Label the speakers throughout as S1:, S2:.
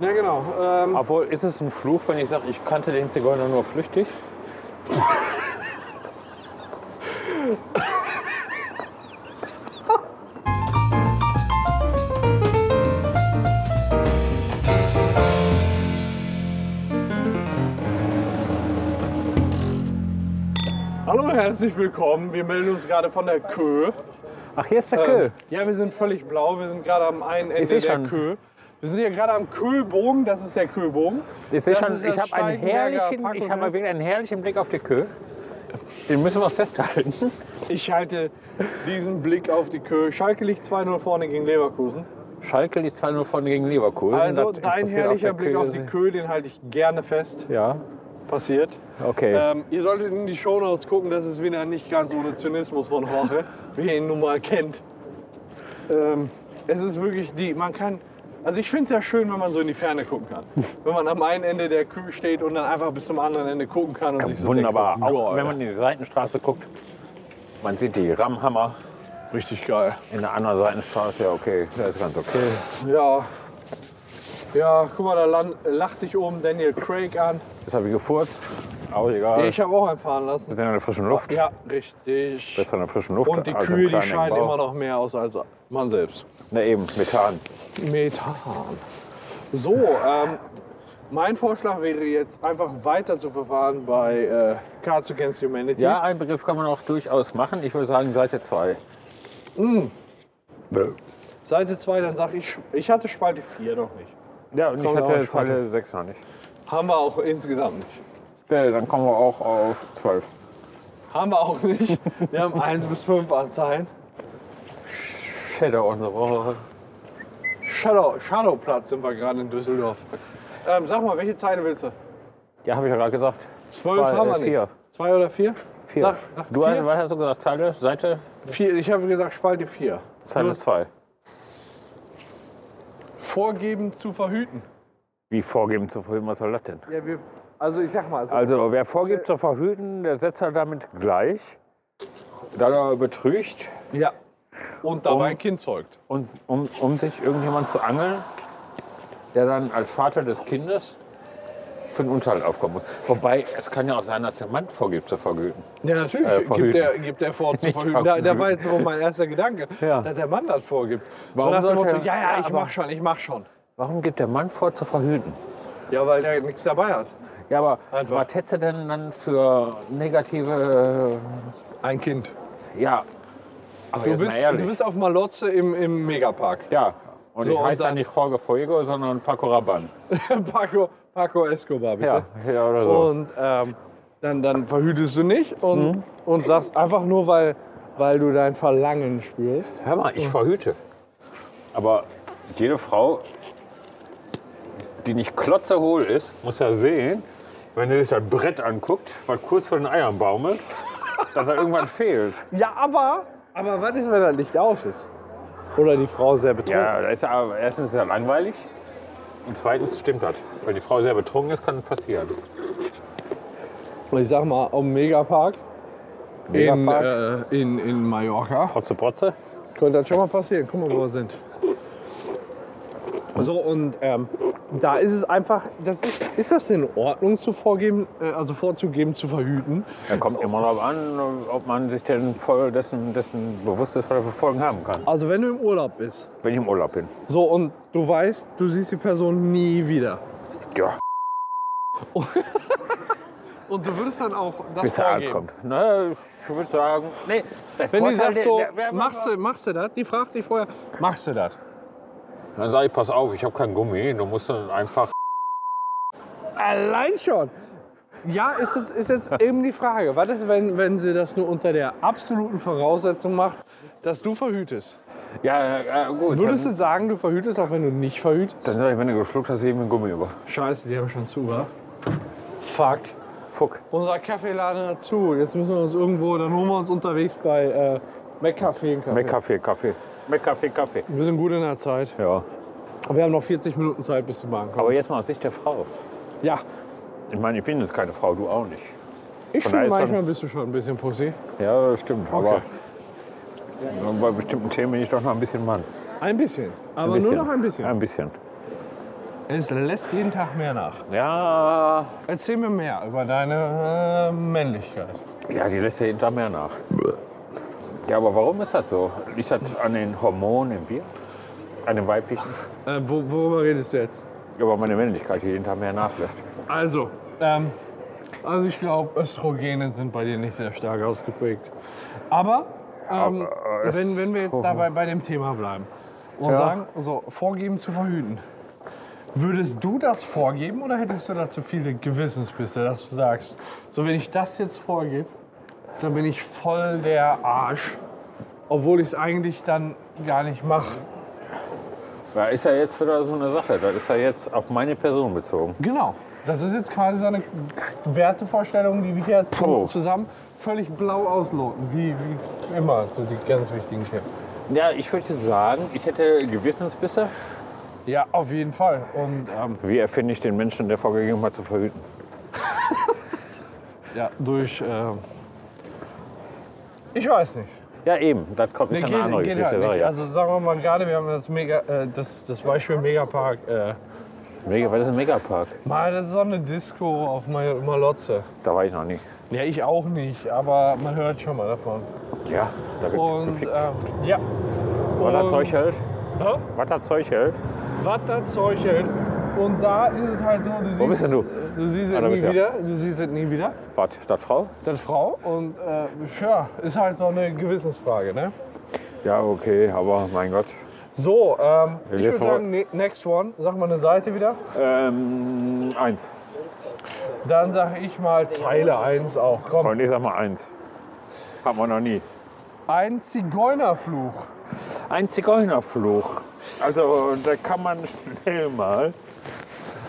S1: Ja, genau. Ähm,
S2: Obwohl, ist es ein Fluch, wenn ich sage, ich kannte den Zigeuner nur flüchtig?
S1: hallo, und herzlich willkommen. Wir melden uns gerade von der Kö.
S2: Ach, hier
S1: Ähm,
S2: ist der Kö.
S1: Ja, wir sind völlig blau. Wir sind gerade am einen Ende
S2: seh
S1: der
S2: schon.
S1: Kö. Wir sind hier gerade am Köbogen. Das ist der Köbogen.
S2: Ich sehe
S1: das
S2: schon,
S1: ist das
S2: ich habe einen
S1: Steigenberger ne?
S2: herrlichen, ich
S1: Parkhotel.
S2: habe wirklich einen herrlichen Blick auf die Kö. Den müssen wir festhalten.
S1: Ich halte diesen Blick auf die Kö. Schalke liegt 2-0 vorne gegen Leverkusen.
S2: Schalke liegt 2-0 vorne gegen Leverkusen.
S1: Also
S2: Das
S1: dein
S2: interessiert
S1: herrlicher
S2: auf der
S1: Blick
S2: Kö
S1: auf die
S2: sehr.
S1: Kö, den halte ich gerne fest.
S2: Ja,
S1: Passiert.
S2: okay.
S1: Ähm, ihr solltet in die Shownotes gucken, das ist wieder nicht ganz ohne Zynismus von Jorge, wie ihr ihn nun mal kennt. Ähm, es ist wirklich die, man kann, also ich finde es ja schön, wenn man so in die Ferne gucken kann. wenn man am einen Ende der Kühe steht und dann einfach bis zum anderen Ende gucken kann und sich so
S2: Wunderbar.
S1: denkt, oh
S2: Auch wenn man in die Seitenstraße guckt, man sieht die Rammhammer.
S1: richtig geil.
S2: In der anderen Seitenstraße, ja okay, das ist ganz okay.
S1: Ja. Ja, guck mal, da lan- lachte ich oben Daniel Craig an.
S2: Jetzt habe ich gefurzt. Auch egal.
S1: Ich habe auch einfahren lassen.
S2: Wir sind in der frischen Luft.
S1: Ja, richtig.
S2: Besser in der frischen Luft.
S1: Und die
S2: als im
S1: Kühe, die
S2: kleinen
S1: scheinen
S2: Bau.
S1: immer noch mehr aus als man selbst.
S2: Na eben, Methan.
S1: Methan. So, ähm, mein Vorschlag wäre jetzt einfach weiter zu verfahren bei äh, Cards Against Humanity.
S2: Ja, einen Begriff kann man auch durchaus machen. Ich würde sagen Seite 2.
S1: Seite 2, dann sag ich, ich hatte Spalte 4 noch nicht.
S2: Ja, und ich
S1: Kommen wir
S2: hatte
S1: auch später.
S2: Zeile 6 noch nicht.
S1: Haben wir auch insgesamt nicht.
S2: Ja, dann kommen wir auch auf 12.
S1: Haben wir auch nicht. Wir haben 1 bis 5 Anzeilen.
S2: Shadow on the Wall.
S1: Shadow, Shadowplatz sind wir gerade in Düsseldorf. Ähm, sag mal, welche Zeile willst du?
S2: Ja, habe ich ja gerade gesagt.
S1: 12
S2: Zwei,
S1: haben
S2: äh,
S1: wir nicht.
S2: vier.
S1: 2 oder 4?
S2: Vier.
S1: Sag, sag
S2: du hast,
S1: vier?
S2: was hast du gesagt? Zeile, Seite?
S1: Vier. Ich habe gesagt Spalte 4.
S2: Zeile 2.
S1: Vorgeben zu verhüten.
S2: Wie vorgeben zu verhüten, was soll das denn?
S1: Ja, wir, also ich sag mal, also
S2: Also, wer vorgibt zu verhüten, der setzt er damit gleich. Dann er betrügt,
S1: Ja. Und dabei
S2: ein
S1: ein Kind zeugt.
S2: und, um, um sich irgendjemand zu angeln, der dann als Vater des Kindes für den Unterhalt aufkommen muss. Wobei, es kann ja auch sein, dass der Mann vorgibt zu vergüten.
S1: Ja, natürlich.
S2: Äh, verhüten.
S1: gibt, der, gibt der vor zu
S2: Nicht
S1: verhüten. Da, da
S2: verhüten.
S1: war jetzt auch mein erster Gedanke,
S2: Ja.
S1: dass der Mann das vorgibt.
S2: Warum
S1: so nach dem
S2: sollte
S1: Motto,
S2: er-
S1: ja, ja,
S2: Ja,
S1: ich
S2: aber-
S1: mach schon, ich mach schon.
S2: Warum gibt der Mann vor zu verhüten?
S1: Ja, weil der nichts dabei hat.
S2: Ja, aber
S1: Einfach.
S2: was hätte denn dann für negative.
S1: Ein Kind.
S2: äh, Ja. Aber
S1: Du
S2: jetzt mal
S1: bist,
S2: ehrlich.
S1: du bist auf Malotze im, im Megapark.
S2: Ja. Und
S1: So,
S2: ich
S1: und
S2: heiße ja
S1: dann-
S2: nicht Jorge Fuego, sondern Paco Rabanne.
S1: Paco, Paco Escobar,
S2: Ja,
S1: bitte.
S2: ja oder so.
S1: Und ähm, dann, dann verhütest du nicht und,
S2: Mhm.
S1: und sagst einfach nur, weil, weil du dein Verlangen spürst.
S2: Hör mal, ich verhüte. Aber jede Frau, die nicht klotzehohl ist, muss ja sehen, wenn sie sich das Brett anguckt, was kurz vor den Eiern baumelt, dass da irgendwann fehlt.
S1: Ja, aber, aber was ist, wenn das Licht aus ist? Oder die Frau sehr betrunken.
S2: Ja, das ist ja erstens ist ja langweilig und zweitens stimmt das. Wenn die Frau sehr betrunken ist, kann das passieren.
S1: ich sag mal, am Megapark,
S2: Megapark,
S1: In, äh, in, in Mallorca.
S2: Protze, Protze.
S1: Könnte das schon mal passieren. Guck mal, wo wir sind. So, und ähm, da ist es einfach, das ist, ist das in Ordnung zu vorgeben, äh, also vorzugeben, zu verhüten?
S2: Dann kommt immer darauf an, ob man sich denn voll dessen, dessen bewusst ist, was er für Folgen haben kann.
S1: Also wenn du im Urlaub bist,
S2: Wenn ich im Urlaub bin.
S1: so und du weißt, du siehst die Person nie wieder.
S2: Ja,
S1: Und du würdest dann auch das
S2: bis der Arzt
S1: vorgeben.
S2: kommt. Na, ich würde sagen, nee, der
S1: Wenn die
S2: Vorteil,
S1: sagt so,
S2: der- der-
S1: machst du, machst du das? Die fragt dich vorher, machst du das?
S2: Dann sage ich, pass auf, ich habe kein Gummi, du musst dann einfach.
S1: Allein schon. Ja, ist jetzt, ist jetzt eben die Frage. Was ist, wenn, wenn sie das nur unter der absoluten Voraussetzung macht, dass du verhütest?
S2: Ja, ja gut.
S1: Würdest du sagen, du verhütest, auch wenn du nicht verhütest?
S2: dann sag ich, wenn du geschluckt hast, eben ein Gummi über.
S1: Scheiße, die haben schon zu, wa? Fuck.
S2: Fuck.
S1: Unser Kaffeeladen hat zu. Jetzt müssen wir uns irgendwo, dann holen wir uns unterwegs bei äh, McCafe einen Kaffee.
S2: Mit Kaffee, Kaffee. Mit Kaffee, Kaffee.
S1: Wir sind gut in der Zeit.
S2: Ja.
S1: Wir haben noch 40 Minuten Zeit, bis die Bahn kommt.
S2: Aber jetzt mal aus Sicht der Frau.
S1: ja,
S2: Ich meine, ich bin jetzt keine Frau, du auch nicht.
S1: ich
S2: Von
S1: finde,
S2: daher ist
S1: manchmal bist du schon ein bisschen Pussy.
S2: Ja, stimmt.
S1: Okay.
S2: Aber bei bestimmten Themen bin ich doch noch ein bisschen Mann.
S1: Ein bisschen. Aber
S2: Ein bisschen.
S1: nur noch ein bisschen.
S2: Ein bisschen.
S1: Es lässt jeden Tag mehr nach.
S2: Ja,
S1: Erzähl mir mehr über deine äh, Männlichkeit.
S2: Ja, die lässt ja jeden Tag mehr nach. Ja, aber warum ist das so? Liegt das an den Hormonen im Bier? An den weiblichen?
S1: Äh, wo, worüber redest du jetzt?
S2: Ja, aber meine Männlichkeit, die jeden Tag mehr nachlässt.
S1: Also, ähm, also ich glaube, Östrogene sind bei dir nicht sehr stark ausgeprägt. Aber, ähm,
S2: Aber, äh,
S1: wenn, wenn wir jetzt
S2: Östrogen-
S1: dabei bei dem Thema bleiben und
S2: Ja.
S1: sagen, so vorgeben zu verhüten, würdest du das vorgeben oder hättest du dazu viele Gewissensbisse, dass du sagst, so wenn ich das jetzt vorgebe, dann bin ich voll der Arsch, obwohl ich es eigentlich dann gar nicht mache.
S2: Da ist ja jetzt wieder so eine Sache. Das ist ja jetzt auf meine Person bezogen.
S1: Genau. Das ist jetzt quasi so eine Wertevorstellung, die wir hier zu-
S2: Puh.
S1: zusammen völlig blau ausloten, wie, wie immer, so die ganz wichtigen Tipps.
S2: Ja, ich würde sagen, ich hätte Gewissensbisse.
S1: Ja, auf jeden Fall. Und ähm,
S2: Wie erfinde ich den Menschen, der vorgegeben hat, zu verhüten?
S1: ja, durch. ähm, ich weiß nicht.
S2: Ja, eben. Das kommt
S1: Nee,
S2: nicht an eine andere
S1: geht, geht
S2: Geschichte.
S1: halt
S2: sag ich
S1: nicht.
S2: ja.
S1: Also sagen wir mal gerade, wir haben das, Mega, äh, das, das Beispiel Megapark. Äh,
S2: Mega, was ist ein Megapark?
S1: mal, das ist so eine Disco auf Mal- Malotze.
S2: Da war ich noch nicht.
S1: Ja, ich auch nicht, aber man hört schon mal davon.
S2: Ja, da wird
S1: Und
S2: gefickt.
S1: ähm, ja.
S2: Was das
S1: Und-
S2: Zeug hält?
S1: Hä?
S2: Was das Zeug hält?
S1: was das Zeug hält. Und da ist es halt so, du siehst,
S2: bist denn du?
S1: Du siehst es
S2: Ah, da
S1: nie
S2: bist du ja.
S1: wieder. Du siehst es nie wieder.
S2: Was, Stadtfrau?
S1: Seine Frau. Und äh, ja, ist halt so eine Gewissensfrage. Ne?
S2: Ja, okay, aber mein Gott.
S1: So, ähm, ich
S2: jetzt
S1: würde
S2: vor-
S1: sagen, ne- next one. Sag mal eine Seite wieder.
S2: Ähm, eins.
S1: Dann sage ich mal Zeile 1 auch. Komm.
S2: Und ich sag mal eins. Hat man noch nie.
S1: Ein Zigeunerfluch.
S2: Ein Zigeunerfluch. Also da kann man schnell mal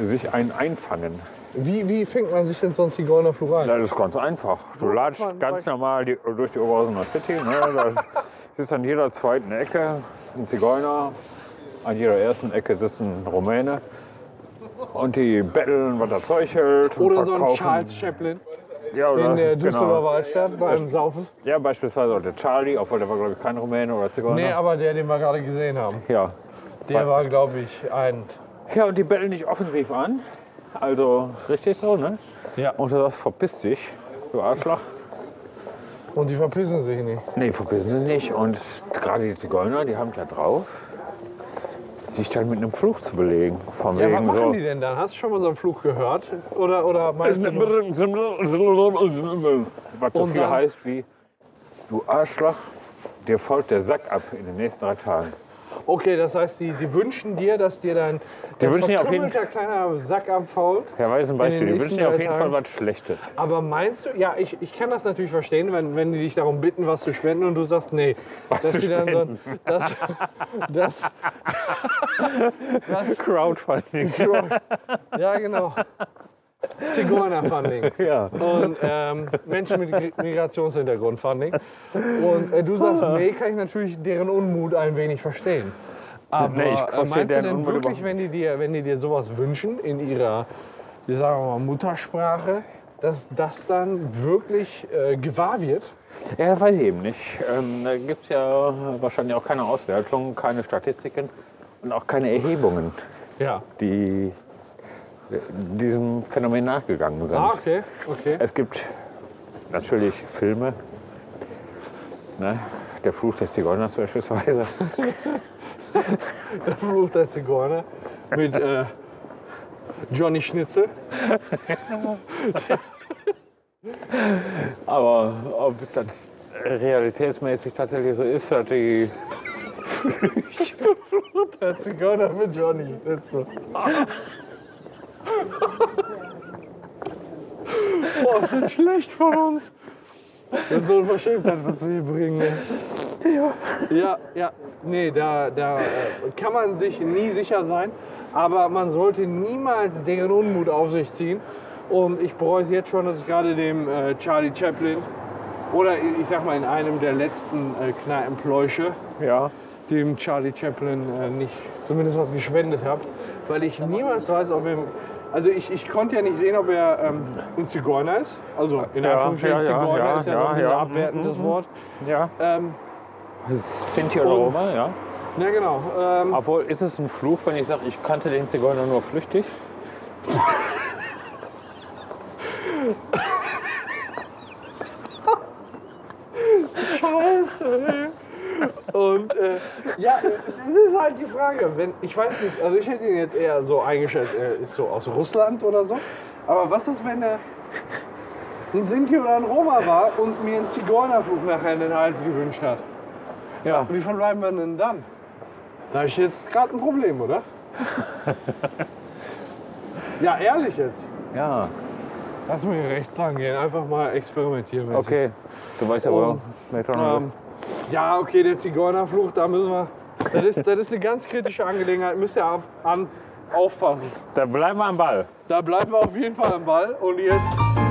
S2: sich einen einfangen.
S1: Wie, wie fängt man sich denn so einen Zigeunerfluch ein?
S2: Das ist ganz einfach. Du latscht
S1: man-
S2: ganz normal die, durch die Oberhausener City. Ne? Da sitzt an jeder zweiten Ecke ein Zigeuner. An jeder ersten Ecke sitzt ein Rumäne. Und die betteln, was das Zeug hält. und
S1: Oder so ein
S2: verkaufen-
S1: Charles Chaplin
S2: ja, oder,
S1: in der
S2: genau.
S1: Düsseldorfer Altstadt beim Saufen.
S2: Ja, beispielsweise auch der Charlie, obwohl der war, glaube ich, kein Rumäne oder Zigeuner.
S1: Nee, aber der, den wir gerade gesehen haben,
S2: Ja.
S1: der war, glaube ich, ein.
S2: ja, und die betteln dich offensiv an. Also richtig so, ne?
S1: Ja.
S2: Und du sagst, verpiss dich, du Arschloch.
S1: Und die verpissen sich nicht.
S2: Nee, verpissen sie nicht. Und gerade die Zigeuner, die haben ja drauf, sich dann mit einem Fluch zu belegen. Von
S1: Ja, was
S2: wegen
S1: machen
S2: so.
S1: die denn dann? Hast du schon mal so einen Fluch gehört? Oder, oder meinst du nur-
S2: Was so
S1: Und
S2: viel
S1: dann-
S2: heißt wie, du Arschloch, dir folgt der Sack ab in den nächsten drei Tagen.
S1: Okay, das heißt, die, sie wünschen dir, dass dir dein, dein
S2: wünschen dir auf jeden-
S1: verkrüppelter kleiner Sack abfault.
S2: Ja, weiß ein
S1: den
S2: Beispiel. Die
S1: nächsten
S2: wünschen dir auf
S1: drei
S2: jeden
S1: Tagen-
S2: Fall was Schlechtes.
S1: Aber meinst du, ja, ich, ich kann das natürlich verstehen, wenn, wenn die dich darum bitten, was zu spenden und du sagst, nee. dass
S2: zu
S1: sie dann so ein, dass, dass, dass,
S2: Crowdfunding.
S1: ja, genau. Zigeuner-Funding.
S2: Ja.
S1: Und ähm, Menschen mit Gri- Migrationshintergrund, fand ich. Und äh, du sagst,
S2: Ah.
S1: nee, kann ich natürlich deren Unmut ein wenig verstehen. Aber
S2: Nee, ich
S1: äh,
S2: verstehe
S1: meinst du
S2: deren
S1: denn
S2: Unmut
S1: wirklich,
S2: überhaupt
S1: wenn die, dir, wenn die dir sowas wünschen in ihrer, wir sagen wir mal, Muttersprache, dass das dann wirklich äh, gewahr wird?
S2: Ja, das weiß ich eben nicht. Ähm, da gibt es ja wahrscheinlich auch keine Auswertungen, keine Statistiken und auch keine Erhebungen,
S1: Ja.
S2: die äh, diesem Phänomen nachgegangen sind.
S1: Ah, okay, okay.
S2: Es gibt natürlich Filme, ne? der Fluch des Zigeuners beispielsweise.
S1: Der Fluch der Zigeuner mit äh, Johnny Schnitzel.
S2: Aber ob das realitätsmäßig tatsächlich so ist, dass die
S1: Der Zigeuner mit Johnny Schnitzel. Boah, ist das schlecht von uns. Das ist eine Unverschämtheit, was wir hier bringen. echt. Ja, ja. Nee, da, da äh, kann man sich nie sicher sein. Aber man sollte niemals deren Unmut auf sich ziehen. Und ich bereue es jetzt schon, dass ich gerade dem äh, Charlie Chaplin oder ich ich sag mal in einem der letzten äh, Kneipenpläusche
S2: ja,
S1: dem Charlie Chaplin äh, nicht zumindest was gespendet habe, weil ich niemals weiß, ob er. Also ich, ich konnte ja nicht sehen, ob er ähm, ein Zigeuner ist. Also in
S2: Ja,
S1: Anführungsstrichen
S2: ja, ja,
S1: Zigeuner
S2: ja,
S1: ist ja, so
S2: ja, Mhm,
S1: ein bisschen
S2: ja.
S1: abwertendes Wort.
S2: ja,
S1: Ähm,
S2: Sinti oder
S1: Und-
S2: Roma, ja.
S1: Ja, genau. Ähm,
S2: Obwohl, ist es ein Fluch, wenn ich sage, ich kannte den Zigeuner nur flüchtig?
S1: Scheiße, ey. Und äh, ja, das ist halt die Frage. Wenn, ich weiß nicht, also ich hätte ihn jetzt eher so eingeschätzt, er ist so aus Russland oder so. Aber was ist, wenn er ein Sinti oder ein Roma war und mir einen Zigeunerfluch nachher in den Hals gewünscht hat?
S2: Ja.
S1: Wie verbleiben wir denn dann? Da habe ich jetzt gerade ein Problem, oder? ja, ehrlich jetzt.
S2: Ja,
S1: Lass mir hier rechts lang gehen, einfach mal experimentieren. wenn
S2: okay. Du weißt ja,
S1: Und,
S2: oder? McDonald's.
S1: Ähm, ja, okay, der Zigeunerfluch, da müssen wir. Das ist, das ist eine ganz kritische Angelegenheit, müsst ihr ab- an, aufpassen.
S2: Da bleiben wir am Ball.
S1: Da bleiben wir auf jeden Fall am Ball. Und jetzt